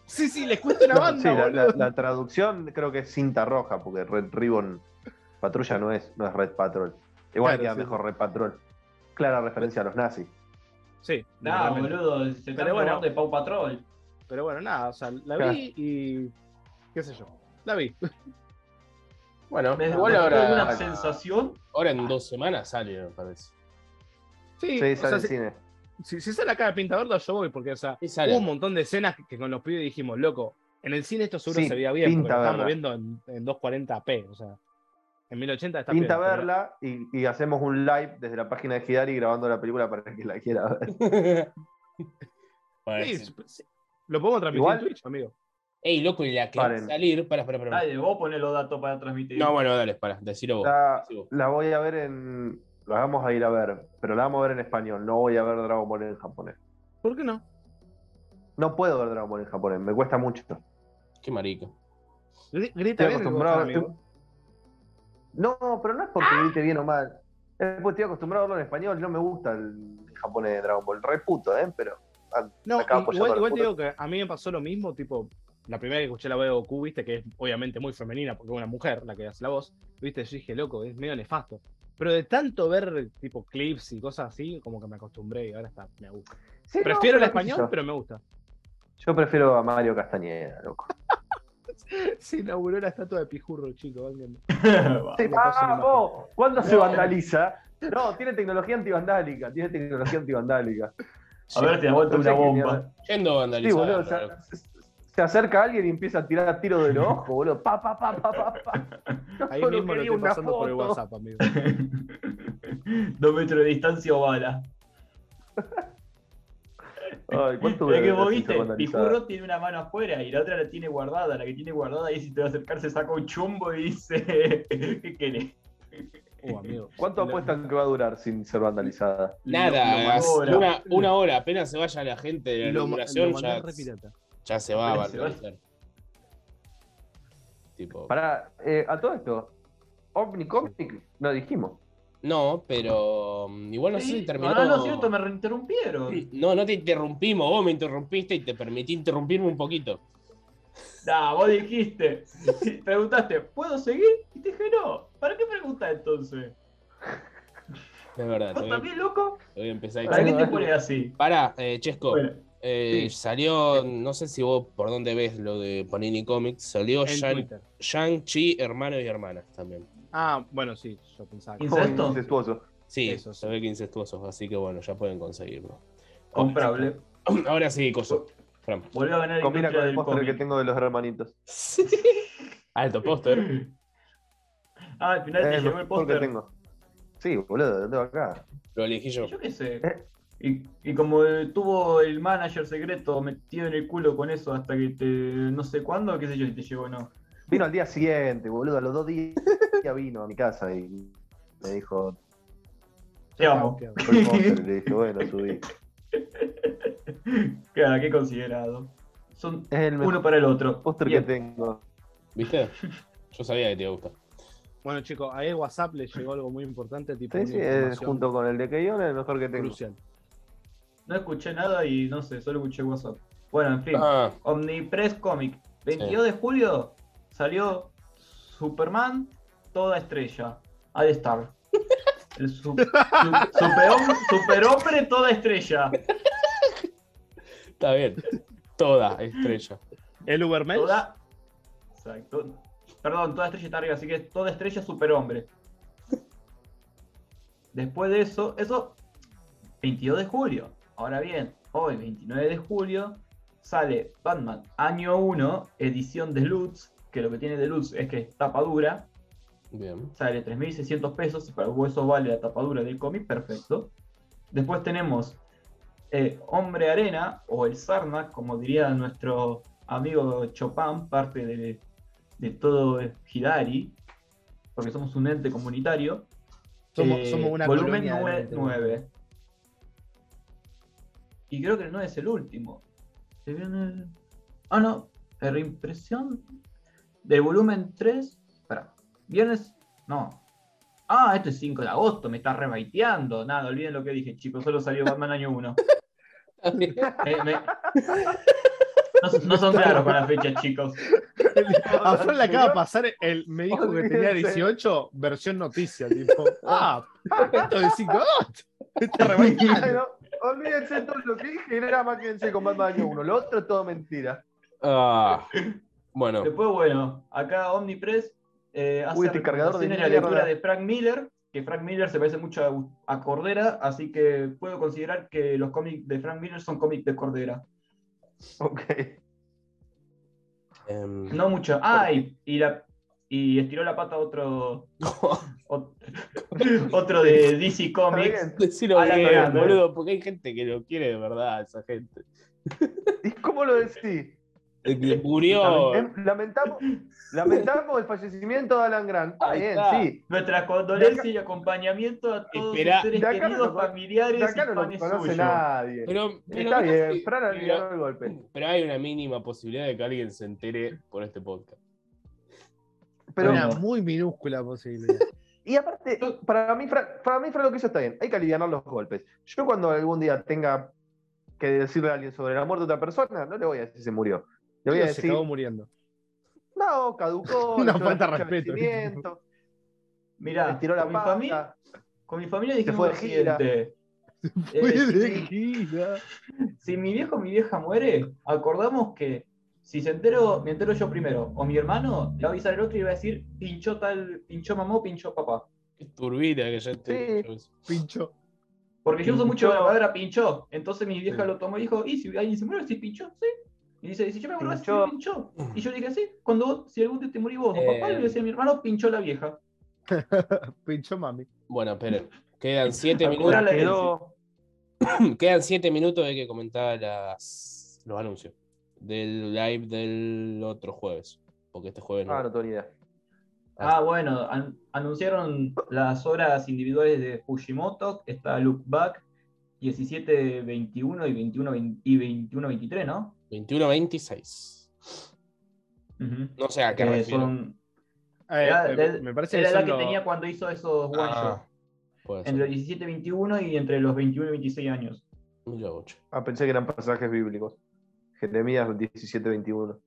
S5: Sí, sí, les cuesta una
S2: No,
S5: banda.
S2: sí, la, la-
S5: boludo.
S2: la traducción creo que es cinta roja, porque Red Ribbon Patrulla no es, no es Red Patrol. Igual
S5: Claro,
S2: queda
S5: sí,
S2: mejor Red Patrol. Clara referencia a los nazis.
S5: Sí,
S4: Nah,
S5: literalmente.
S4: boludo, se está
S5: Pero bueno.
S4: robando de Pau Patrol.
S5: Pero bueno, nada, o sea, la
S2: Claro.
S5: vi y. qué sé yo. La vi.
S3: Bueno,
S4: Me
S3: igual
S4: dejó
S3: ahora,
S4: una sensación.
S3: ahora
S5: Ah.
S3: en dos semanas sale, me parece.
S5: Sí,
S2: Sí,
S5: o sea,
S2: sale en
S5: si-
S2: cine.
S5: si, si sale acá de Pinta Verde, yo voy, porque, o sea,
S3: Sí, sale.
S5: hubo un montón de escenas que, que con los pibes dijimos, loco, en el cine esto seguro
S2: Sí,
S5: se veía bien,
S2: pinta
S5: porque lo
S2: verla.
S5: estábamos viendo en, en 240p, o sea, en 1080 está
S2: Pinta
S5: bien, pero-
S2: verla y, y hacemos un live desde la página de Hidari grabando la película para que la quiera ver.
S3: Bueno,
S5: Sí,
S3: sí.
S5: sí. Lo podemos transmitir
S2: Igual-
S5: en Twitch, amigo.
S3: Ey, loco, y la que va a
S2: Paren.
S3: salir. Para, para, para.
S4: Dale, vos ponés los datos para transmitir.
S3: No, bueno, dale, para, decilo vos.
S2: La,
S3: decí vos.
S2: la voy a ver en. La vamos a ir a ver, pero la vamos a ver en español. No voy a ver Dragon Ball en japonés.
S5: ¿Por qué no?
S2: No puedo ver Dragon Ball en japonés, me cuesta mucho.
S3: Qué marica.
S5: Gri-
S2: Estoy
S5: Grita bien, el
S2: acostumbrado.
S5: botón, amigo.
S2: estoy- No, pero no es porque grite bien o mal. Es porque estoy acostumbrado a verlo en español. No me gusta el japonés de Dragon Ball. Re puto, ¿eh? Pero. ah,
S5: No,
S2: acaba
S5: i-
S2: apoyando
S5: igual,
S2: a la
S5: igual te
S2: puta.
S5: digo que a mí me pasó lo mismo, tipo, la primera vez que escuché la voz de Goku, viste, que es obviamente muy femenina, porque es una mujer la que hace la voz, viste, yo dije, loco, es medio nefasto. Pero de tanto ver, tipo, clips y cosas así, como que me acostumbré y ahora está, me gusta.
S2: sí, no,
S5: Prefiero el
S2: pero qué sé
S5: español,
S2: yo.
S5: pero me gusta.
S2: Yo prefiero a Mario Castañeda, loco.
S5: Se inauguró la estatua de Pijurro, chico. válgame.
S2: Sí,
S5: Ah, Una cosa
S2: vamos. ¿Cuándo se
S4: No.
S2: vandaliza? No, tiene tecnología antivandálica. Tiene tecnología antivandálica.
S4: a ver, te vuelto una
S2: Entonces,
S4: bomba.
S3: Yendo a vandalizar.
S2: Sí, boludo, se, se acerca alguien y empieza a tirar tiro del ojo, boludo. Pa, pa, pa, pa, pa, pa. Yo
S5: Ahí
S2: solo
S5: mismo lo
S2: quería
S5: estoy
S2: una
S5: pasando por el
S2: foto.
S5: WhatsApp, amigo.
S4: Dos metros de distancia o bala.
S2: Ay, ¿cuánto
S4: Pero
S2: dura
S4: que
S2: la
S4: vos
S2: pinza
S4: viste,
S2: vandalizada?
S4: Pijurro tiene una mano afuera y la otra la tiene guardada. La que tiene guardada y si te va a acercar se saca un chumbo y dice, ¿qué querés?
S5: Uh, amigo.
S2: ¿Cuánto
S5: Lo-
S2: apuestan que va a durar sin ser vandalizada?
S4: Lo- lo
S3: Nada, hace
S4: valora.
S3: una, una hora, apenas se vaya la gente de la
S5: Lo, ma- lo
S3: inauguración,
S5: mandé
S3: ya,
S5: re pirata.
S3: ya se va a
S4: Apenas se va.
S3: vandalizar. Tipo.
S2: Para, eh, a todo esto, Omnicomic no dijimos.
S3: No, pero mm, igual no sé si
S4: Sí,
S3: terminó.
S4: No, no, cierto, me reinterrumpieron.
S3: No, no te interrumpimos, vos me interrumpiste y te permití interrumpirme un poquito.
S4: Nah, vos dijiste, preguntaste, ¿puedo seguir? Y te dije, no. ¿Para qué preguntas entonces?
S3: Es verdad, te
S4: ¿Vos
S3: voy, a-
S4: también, loco?
S3: te voy a empezar a
S4: ¿Para qué
S3: explicar.
S4: te pones así?
S3: Pará, eh, Chesco,
S4: Bueno,
S3: eh,
S5: sí.
S3: salió, no sé si vos por dónde ves lo de Panini Comics, salió
S5: En
S3: Shang-
S5: Twitter.
S3: Shang-Chi, hermanos y hermanas también.
S5: Ah, bueno, sí, yo pensaba que.
S4: Incesto.
S2: Incestuoso.
S3: Sí,
S5: Eso sí.
S3: se ve que incestuosos, así que bueno, ya pueden conseguirlo.
S4: Comprable.
S3: Ahora sí, coso. Fran.
S4: Vuelve a ganar el
S2: Combina
S4: industria
S2: con el
S4: del
S2: póster que
S4: cómic.
S2: tengo de los hermanitos.
S3: Alto póster.
S4: Ah, al final te
S2: Es lo
S4: llegó el
S2: mejor Eh, que
S4: póster.
S2: tengo. Sí, boludo, lo tengo acá.
S3: Lo elegí yo.
S4: Yo qué sé.
S2: Eh.
S4: Y, y como eh, tuvo el manager secreto metido en el culo con eso hasta que te. no sé cuándo, qué sé yo, si te llegó o no.
S2: Vino al día siguiente, boludo, a los dos días vino a mi casa y me dijo,
S4: Te amo.
S5: Campeón.
S2: "Soy Monster", le dije, bueno, subí.
S4: Claro, qué considerado. Son
S2: Es el
S4: uno
S2: mejor
S4: para el otro.
S2: póster que
S4: Bien.
S2: tengo.
S3: ¿Viste? Yo sabía que te iba a gustar.
S5: Bueno, chicos, ahí el WhatsApp le llegó algo muy importante, tipo
S2: Sí,
S5: una
S2: sí, es,
S5: información
S2: junto con el de Keyon es el mejor que tengo.
S5: crucial.
S4: No escuché nada y no sé, solo escuché WhatsApp. Bueno, en fin.
S3: Ah,
S4: Omnipress Comic. 22 de julio salió Superman, toda estrella. All Star. El su- su- superhom- superhombre, toda estrella.
S3: está bien. Toda estrella.
S5: El Ubermensch.
S4: Toda. Exacto. Perdón, toda estrella está arriba, así que es toda estrella superhombre. Después de eso, eso 22 de julio. Ahora bien, hoy 29 de julio sale Batman Año 1, edición deluxe, que lo que tiene deluxe es que es tapa dura,
S3: Bien.
S4: sale 3.600 pesos, y para vos eso vale la tapadura del cómic, perfecto. Después tenemos eh, Hombre Arena o el Sarna, como diría nuestro amigo Chopin, parte de, de todo Hidari, porque somos un ente comunitario.
S5: Somos,
S4: Eh,
S5: somos una
S4: Volumen
S5: colonia de
S4: 9,
S5: gente.
S4: Y creo que el 9 es el último. Se viene- Ah, no. La reimpresión del volumen 3. Espera. Viernes. No. Ah, esto es 5 de agosto. Me está rebaiteando. Nada, olviden lo que dije, chicos. Solo salió Batman año 1. No, no son claros con las fechas, chicos.
S5: A Fran le acaba de pasar el. Me
S2: Oh,
S5: dijo que tenía
S2: Olvídense.
S5: 18, versión noticia. Tipo, ah, esto es ah, 5 Está rebañado.
S2: Bueno, olvídense todo lo que dije, era más que con Batman Año 1. Lo otro es todo mentira.
S3: Ah, bueno,
S4: Después, bueno, acá Omnipress eh, hace
S2: Uy, este cargador de
S4: recomendaciones la
S2: mierda.
S4: lectura de Frank Miller, que Frank Miller se parece mucho a, Gu- a Cordera, así que puedo considerar que los cómics de Frank Miller son cómics de Cordera.
S2: Ok.
S3: em,
S4: No mucho. Ah, y, y la, y estiró la pata otro, ot- otro de DC
S2: Está
S4: Comics.
S2: bien.
S3: decilo
S4: Ah, la
S3: bien,
S4: cagando, eh.
S3: boludo, porque hay gente que lo quiere de verdad, esa gente.
S2: ¿Y cómo lo decís?
S3: El que murió.
S2: Lamentem- Lamentamos, lamentamos el fallecimiento de Alan Grant. Está
S3: Ahí
S2: bien,
S3: está.
S2: sí.
S4: Nuestra condolencia y acompañamiento a todos sus
S3: Esperá.
S4: seres
S2: De acá no
S4: queridos,
S2: lo cono-
S4: familiares
S2: De acá
S4: y
S2: no lo
S4: panes
S2: conoce
S4: suyos.
S2: nadie.
S3: Pero, pero
S2: Está
S3: no
S2: bien,
S3: sé,
S2: Fran alivianó
S3: pero,
S2: el golpe.
S3: pero hay una mínima posibilidad de que alguien se entere por este podcast.
S2: Pero,
S5: Una muy minúscula posibilidad.
S2: y aparte, para mí, Fran, para mí, Fran, lo que hizo está bien. Hay que aliviar los golpes. Yo cuando algún día tenga que decirle a alguien sobre la muerte de otra persona, no le voy a decir se murió. Le voy a
S5: Pero Se
S2: decir,
S5: acabó muriendo.
S2: no, caducó.
S5: Una
S2: le lloró
S5: falta de
S2: mucho el
S5: respeto.
S2: vencimiento, le
S4: Mirá,
S2: tiró la
S4: con mi, familia,
S2: pata.
S4: con mi familia
S2: fue
S4: dijimos
S2: de
S4: lo
S2: gira.
S4: siguiente. Eh,
S5: Puede
S4: sí.
S5: gira.
S4: Si mi viejo o mi vieja muere, acordamos que si se entero, me entero yo primero, o mi hermano, le va a avisar el otro y va a decir, pinchó tal, pinchó mamó, pinchó papá.
S3: Qué turbina que ya te.
S5: Pincho.
S4: Porque yo uso mucho la
S2: Pinchó.
S4: palabra pinchó. Entonces mi vieja
S3: Sí.
S4: lo tomó y dijo, ¿y si alguien se muere, si pinchó? Sí. Y dice, si yo me acuerdo, si
S2: Pinchó.
S4: pinchó. Y yo le dije, sí, cuando vos- si algún día te morís vos, o
S3: Eh.
S4: papá, le decía a mi hermano, pinchó la vieja.
S5: Pincho mami. Eh,
S3: Bueno, esperen. Quedan siete
S4: Calcula
S3: minutos.
S4: la
S2: Quedó,
S3: Quedan siete minutos de que comentar las, los anuncios del live del otro jueves. Porque este jueves no.
S2: ah, no tengo ni idea.
S4: Ah, bueno, an- anunciaron las horas individuales de Fujimoto, está Look Back, 17, 21 y 21, y 21, 23, ¿no?
S3: 21-26.
S4: Ujú.
S3: No sé a qué
S4: Eh,
S3: refiero.
S4: son-
S5: Eh,
S4: Era
S5: eh,
S4: del-
S5: me parece
S4: era
S5: que
S4: la
S5: son
S4: que
S5: los-
S4: tenía cuando hizo esos one shot.
S3: Ah, puede ser.
S4: Entre los 17 y 21 y entre los 21 y 26 años.
S3: Mira, ocho.
S2: Ah, pensé que eran pasajes bíblicos. Jeremías 17-21.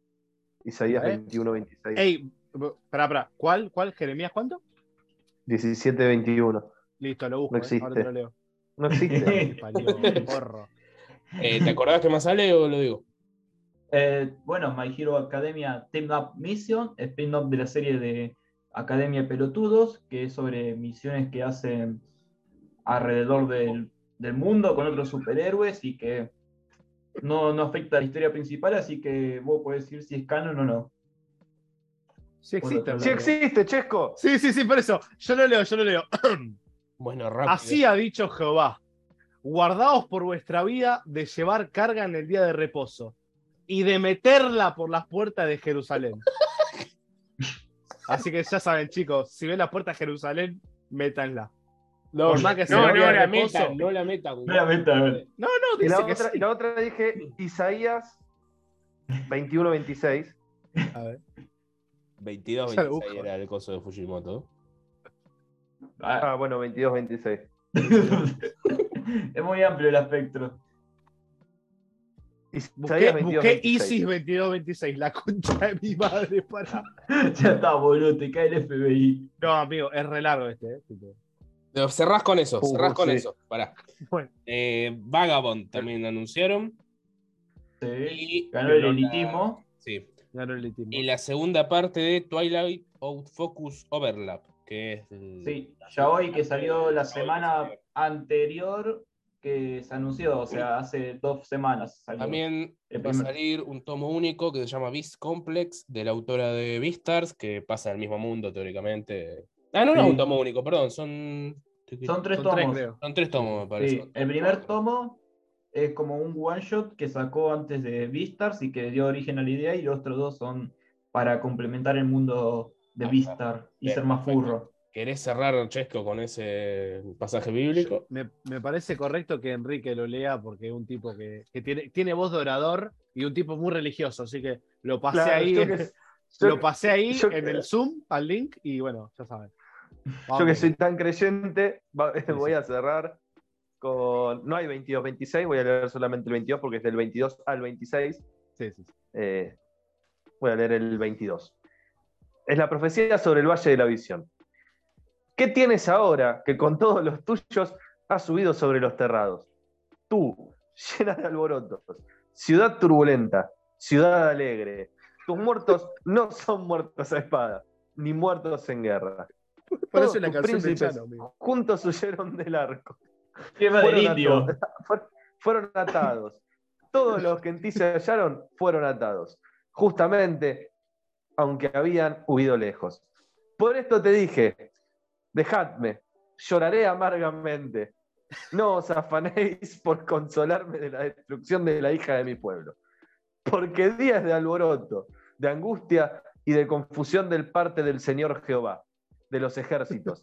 S2: Isaías
S5: ¿Eh?
S2: 21-26.
S5: Ey, pará, pará. ¿Cuál? ¿Cuál? ¿Jeremías cuánto?
S2: 17-21.
S5: Listo, lo busco.
S2: No
S5: eh. Ahora te lo leo.
S2: No existe.
S5: Te parió, porro.
S3: Eh, ¿Te acordás que más sale o lo digo?
S4: Eh, bueno, My Hero Academia Team Up Mission, spin-off de la serie de Academia Pelotudos, que es sobre misiones que hacen alrededor del, del mundo con otros superhéroes y que no, no afecta a la historia principal, así que vos podés decir si es canon o no.
S5: Sí existe.
S4: Bueno,
S2: Sí
S5: Sí, exi-
S2: existe, Chesco.
S5: sí, sí, sí, por eso. Yo lo leo, yo lo leo.
S3: Bueno, rápido.
S5: Así ha dicho Jehová. Guardaos por vuestra vida de llevar carga en el día de reposo y de meterla por las puertas de Jerusalén. Así que ya saben, chicos, si ven la puerta de Jerusalén, métanla.
S3: No,
S5: por más que sea
S3: no,
S5: el
S3: no
S5: día de
S3: la
S5: reposo.
S3: metan, no la metan.
S4: No la metan.
S5: No, no,
S2: Y
S5: dice
S2: la
S5: que
S2: otra,
S5: sí.
S2: y la otra dije Isaías 21-26.
S5: A ver.
S3: 22,
S5: Ya
S3: 26
S5: lo busco.
S3: era el coso de Fujimoto.
S4: Ah,
S2: Ah, bueno, 22-26.
S4: es muy amplio el espectro.
S5: Busqué,
S2: Isaías
S5: busqué
S2: 22-26.
S5: ISIS 2226, la concha de mi madre. Para.
S4: Ya está, boludo, te cae el FBI.
S5: No, amigo, es re largo este. eh, tipo.
S3: No, Cerrás con eso,
S2: Uh,
S3: cerrás con
S2: sí.
S3: eso. Pará.
S5: Bueno.
S3: Eh, Vagabond también anunciaron.
S4: Sí.
S3: Y
S4: Ganó el
S3: la-
S4: elitismo.
S3: Sí.
S5: Ganó el litismo.
S3: Y la segunda parte de Twilight Out Focus Overlap, que es. mm, el-
S4: Sí, ya hoy que salió la
S3: Ya hoy que
S4: semana
S3: salió.
S4: anterior que se anunció, o sea, hace dos semanas salió.
S3: También
S4: El
S3: va a
S4: primer.
S3: salir un tomo único que se llama Beast Complex, de la autora de Beastars, que pasa en el mismo mundo teóricamente. Ah, no, no es
S4: Sí.
S3: un tomo único, perdón, son.
S4: Son tres
S5: Son tres,
S4: tomos.
S5: creo.
S3: son tres tomos, me parece.
S4: Sí, el primer tomo es como un one shot que sacó antes de Beastars y que dio origen a la idea, y los otros dos son para complementar el mundo de
S3: Ah,
S4: Beastars y
S3: bien,
S4: ser más
S3: perfecto.
S4: furro.
S3: ¿Querés cerrar, Chesco, con ese pasaje bíblico?
S5: Me, me parece correcto que Enrique lo lea porque es un tipo que, que tiene, tiene voz de orador y un tipo muy religioso, así que lo pasé
S2: Claro,
S5: ahí, eh.
S2: yo que- yo-
S5: lo pasé ahí
S2: yo-
S5: en el Zoom al link y bueno, ya saben.
S2: Yo que
S5: Vamos.
S2: soy tan creyente, va-
S5: Ah, sí.
S2: voy a cerrar con. No hay 22-26, voy a leer solamente el 22 porque es del 22 al 26.
S5: Sí, sí, sí.
S2: eh, voy a leer el 22. Es la profecía sobre el Valle de la Visión. ¿Qué tienes ahora que con todos los tuyos has subido sobre los terrados? Tú, llena de alborotos, ciudad turbulenta, ciudad alegre. Tus muertos no son muertos a espada, ni muertos en guerra.
S5: Parece una
S2: tus
S5: canción de
S2: príncipes
S5: Chano, amigo.
S2: juntos huyeron del arco.
S4: Tema del
S2: Fueron
S4: indio.
S2: atados. Fuer- Fueron atados. Todos los que en ti se hallaron fueron atados. Justamente, aunque habían huido lejos. Por esto te dije, dejadme, lloraré amargamente. No os afanéis por consolarme de la destrucción de la hija de mi pueblo. Porque días de alboroto, de angustia y de confusión del parte del Señor Jehová, de los ejércitos,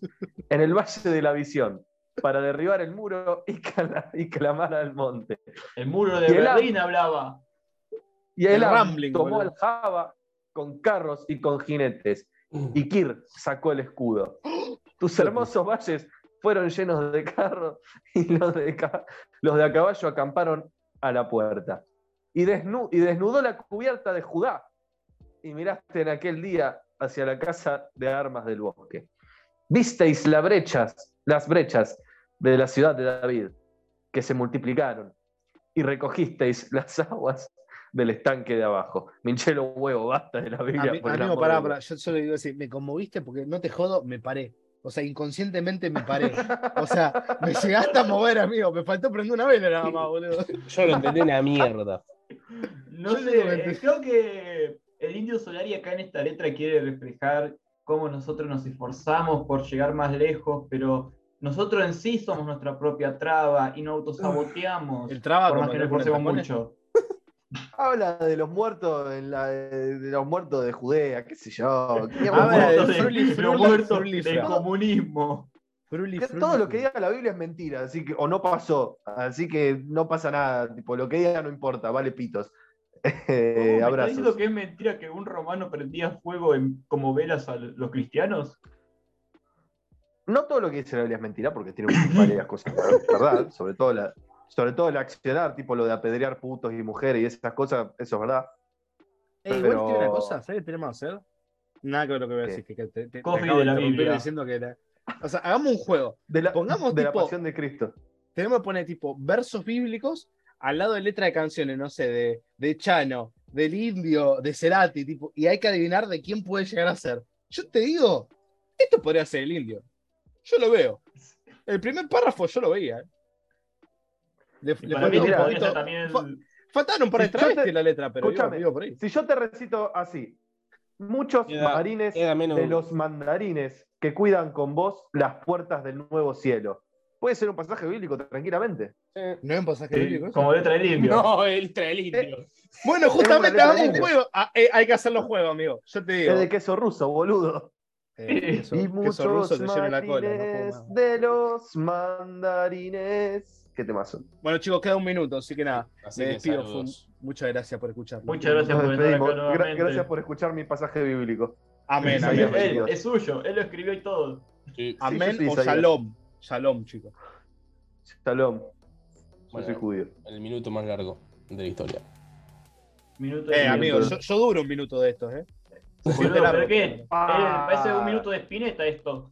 S2: en el valle de la visión, para derribar el muro y, cala- y clamar al monte.
S4: El muro de
S2: Y el ar-
S4: Berlín hablaba.
S2: Y él
S5: El rambling,
S2: tomó
S5: boludo.
S2: al Java con carros y con jinetes, y Kir sacó el escudo. Tus hermosos valles fueron llenos de carros y los de, ca- los de a caballo acamparon a la puerta. Y, desnu- y desnudó la cubierta de Judá. Y miraste en aquel día hacia la casa de armas del bosque. Visteis las brechas, las brechas de la ciudad de David, que se multiplicaron. Y recogisteis las aguas del estanque de abajo. Minchelo huevo, basta de la Biblia.
S5: Ami-
S2: por el amor
S5: amigo,
S2: de
S5: pará,
S2: Dios.
S5: pará, yo solo digo así, me conmoviste porque no te jodo, me paré. O sea, inconscientemente me paré. O sea, me llegaste a mover, amigo. Me faltó prender una vela nada más, boludo.
S3: Yo lo entendí una mierda.
S4: No
S5: Yo
S4: sé,
S5: digo que-
S4: eh, creo que el indio Solari acá en esta letra quiere reflejar cómo nosotros nos esforzamos por llegar más lejos, pero nosotros en sí somos nuestra propia traba y no autosaboteamos.
S5: El traba
S4: por más
S5: como
S4: que
S5: le
S4: nos
S5: ponen
S4: esforcemos
S5: tapones.
S4: mucho.
S2: Habla de los muertos en la- de, los muertos de Judea, qué sé yo. que-
S5: Habla
S4: Los muertos
S5: de
S4: de-
S5: fruli,
S4: los
S5: frula,
S4: muertos
S5: frulifra.
S4: del comunismo.
S5: Fruli,
S2: que
S5: fruli.
S2: todo lo que diga la Biblia es mentira, así que, o no pasó, así que no pasa nada, tipo, lo que diga no importa, vale pitos.
S4: ¿Cómo me
S2: Eh,
S4: está
S2: abrazos.
S4: diciendo que es mentira que un romano prendía fuego en- como velas a los cristianos?
S2: No todo lo que dice la Biblia es mentira, porque tiene varias cosas, la ¿verdad? Sobre todo la, sobre todo el accionar, tipo lo de apedrear putos y mujeres y esas cosas, eso es verdad.
S5: Eh,
S2: Pero-
S5: igual te digo una cosa, ¿sabes qué tenemos que hacer? Nada que ver lo que voy a
S2: ¿Qué?
S5: decir, que, que te, te- te
S4: Coffee
S5: acabo
S4: de la
S5: interrumpir
S4: Biblia.
S5: diciendo que era- O sea, hagamos un juego.
S2: De la,
S5: Pongamos
S2: de la
S5: tipo-
S2: pasión de Cristo.
S5: Tenemos que poner tipo versos bíblicos al lado de letra de canciones, no sé, de, de Chano, del Indio, de Cerati, tipo, y hay que adivinar de quién puede llegar a ser. Yo te digo, esto podría ser el Indio. Yo lo veo. El primer párrafo yo lo veía. ¿eh? Le, le
S4: Para mí
S5: faltaba un
S4: podría
S5: poquito-
S4: ser también.
S5: fa- faltaban un par de
S2: Yo te-
S5: travestis en la letra, pero iba,
S2: Escúchame.
S5: iba por ahí.
S2: Si yo te recito así, muchos
S3: Queda-
S2: marines
S3: Queda menos.
S2: de los mandarines que cuidan con vos las puertas del nuevo cielo. Puede ser un pasaje bíblico tranquilamente.
S3: Eh,
S5: No es un pasaje
S4: Sí,
S5: bíblico. eso?
S4: como letra de limpio.
S3: No, el traelindio.
S5: Eh, Bueno, justamente
S2: letra
S5: hagamos un
S2: indio.
S5: juego. Ah, eh, hay que hacer los juegos, amigo. Yo te digo.
S2: Es de queso ruso, boludo.
S5: Eh, queso-
S2: y
S5: queso
S2: muchos
S5: ruso te llena la cola. no puedo
S2: marines
S5: más.
S2: de los mandarines. ¿Qué temazo?
S5: Bueno, chicos, queda un minuto, así que nada.
S3: Así
S5: Me
S3: que
S5: despido. fue un-
S3: saludos.
S5: Muchas gracias por escucharnos.
S4: Muchas gracias
S2: Nos
S4: por estar acá
S2: despedimos. Gra-
S4: nuevamente.
S2: gracias por escuchar mi pasaje bíblico.
S5: Amén,
S2: Sí,
S5: amén.
S2: sí,
S4: Él, es suyo, él lo escribió y todo.
S3: Sí.
S5: Amén
S2: sí, sí,
S5: o
S2: sabía.
S5: shalom. Shalom, chicos.
S2: Shalom. Yo
S3: Bueno.
S2: soy judío.
S3: El minuto más largo de la historia.
S4: Minuto de
S5: Eh, amigo,
S2: minuto.
S5: yo, yo duro un minuto de estos, ¿eh?
S4: Boludo,
S5: Literal.
S4: ¿Pero qué?
S2: Ah.
S4: Eh, parece un minuto de espineta esto.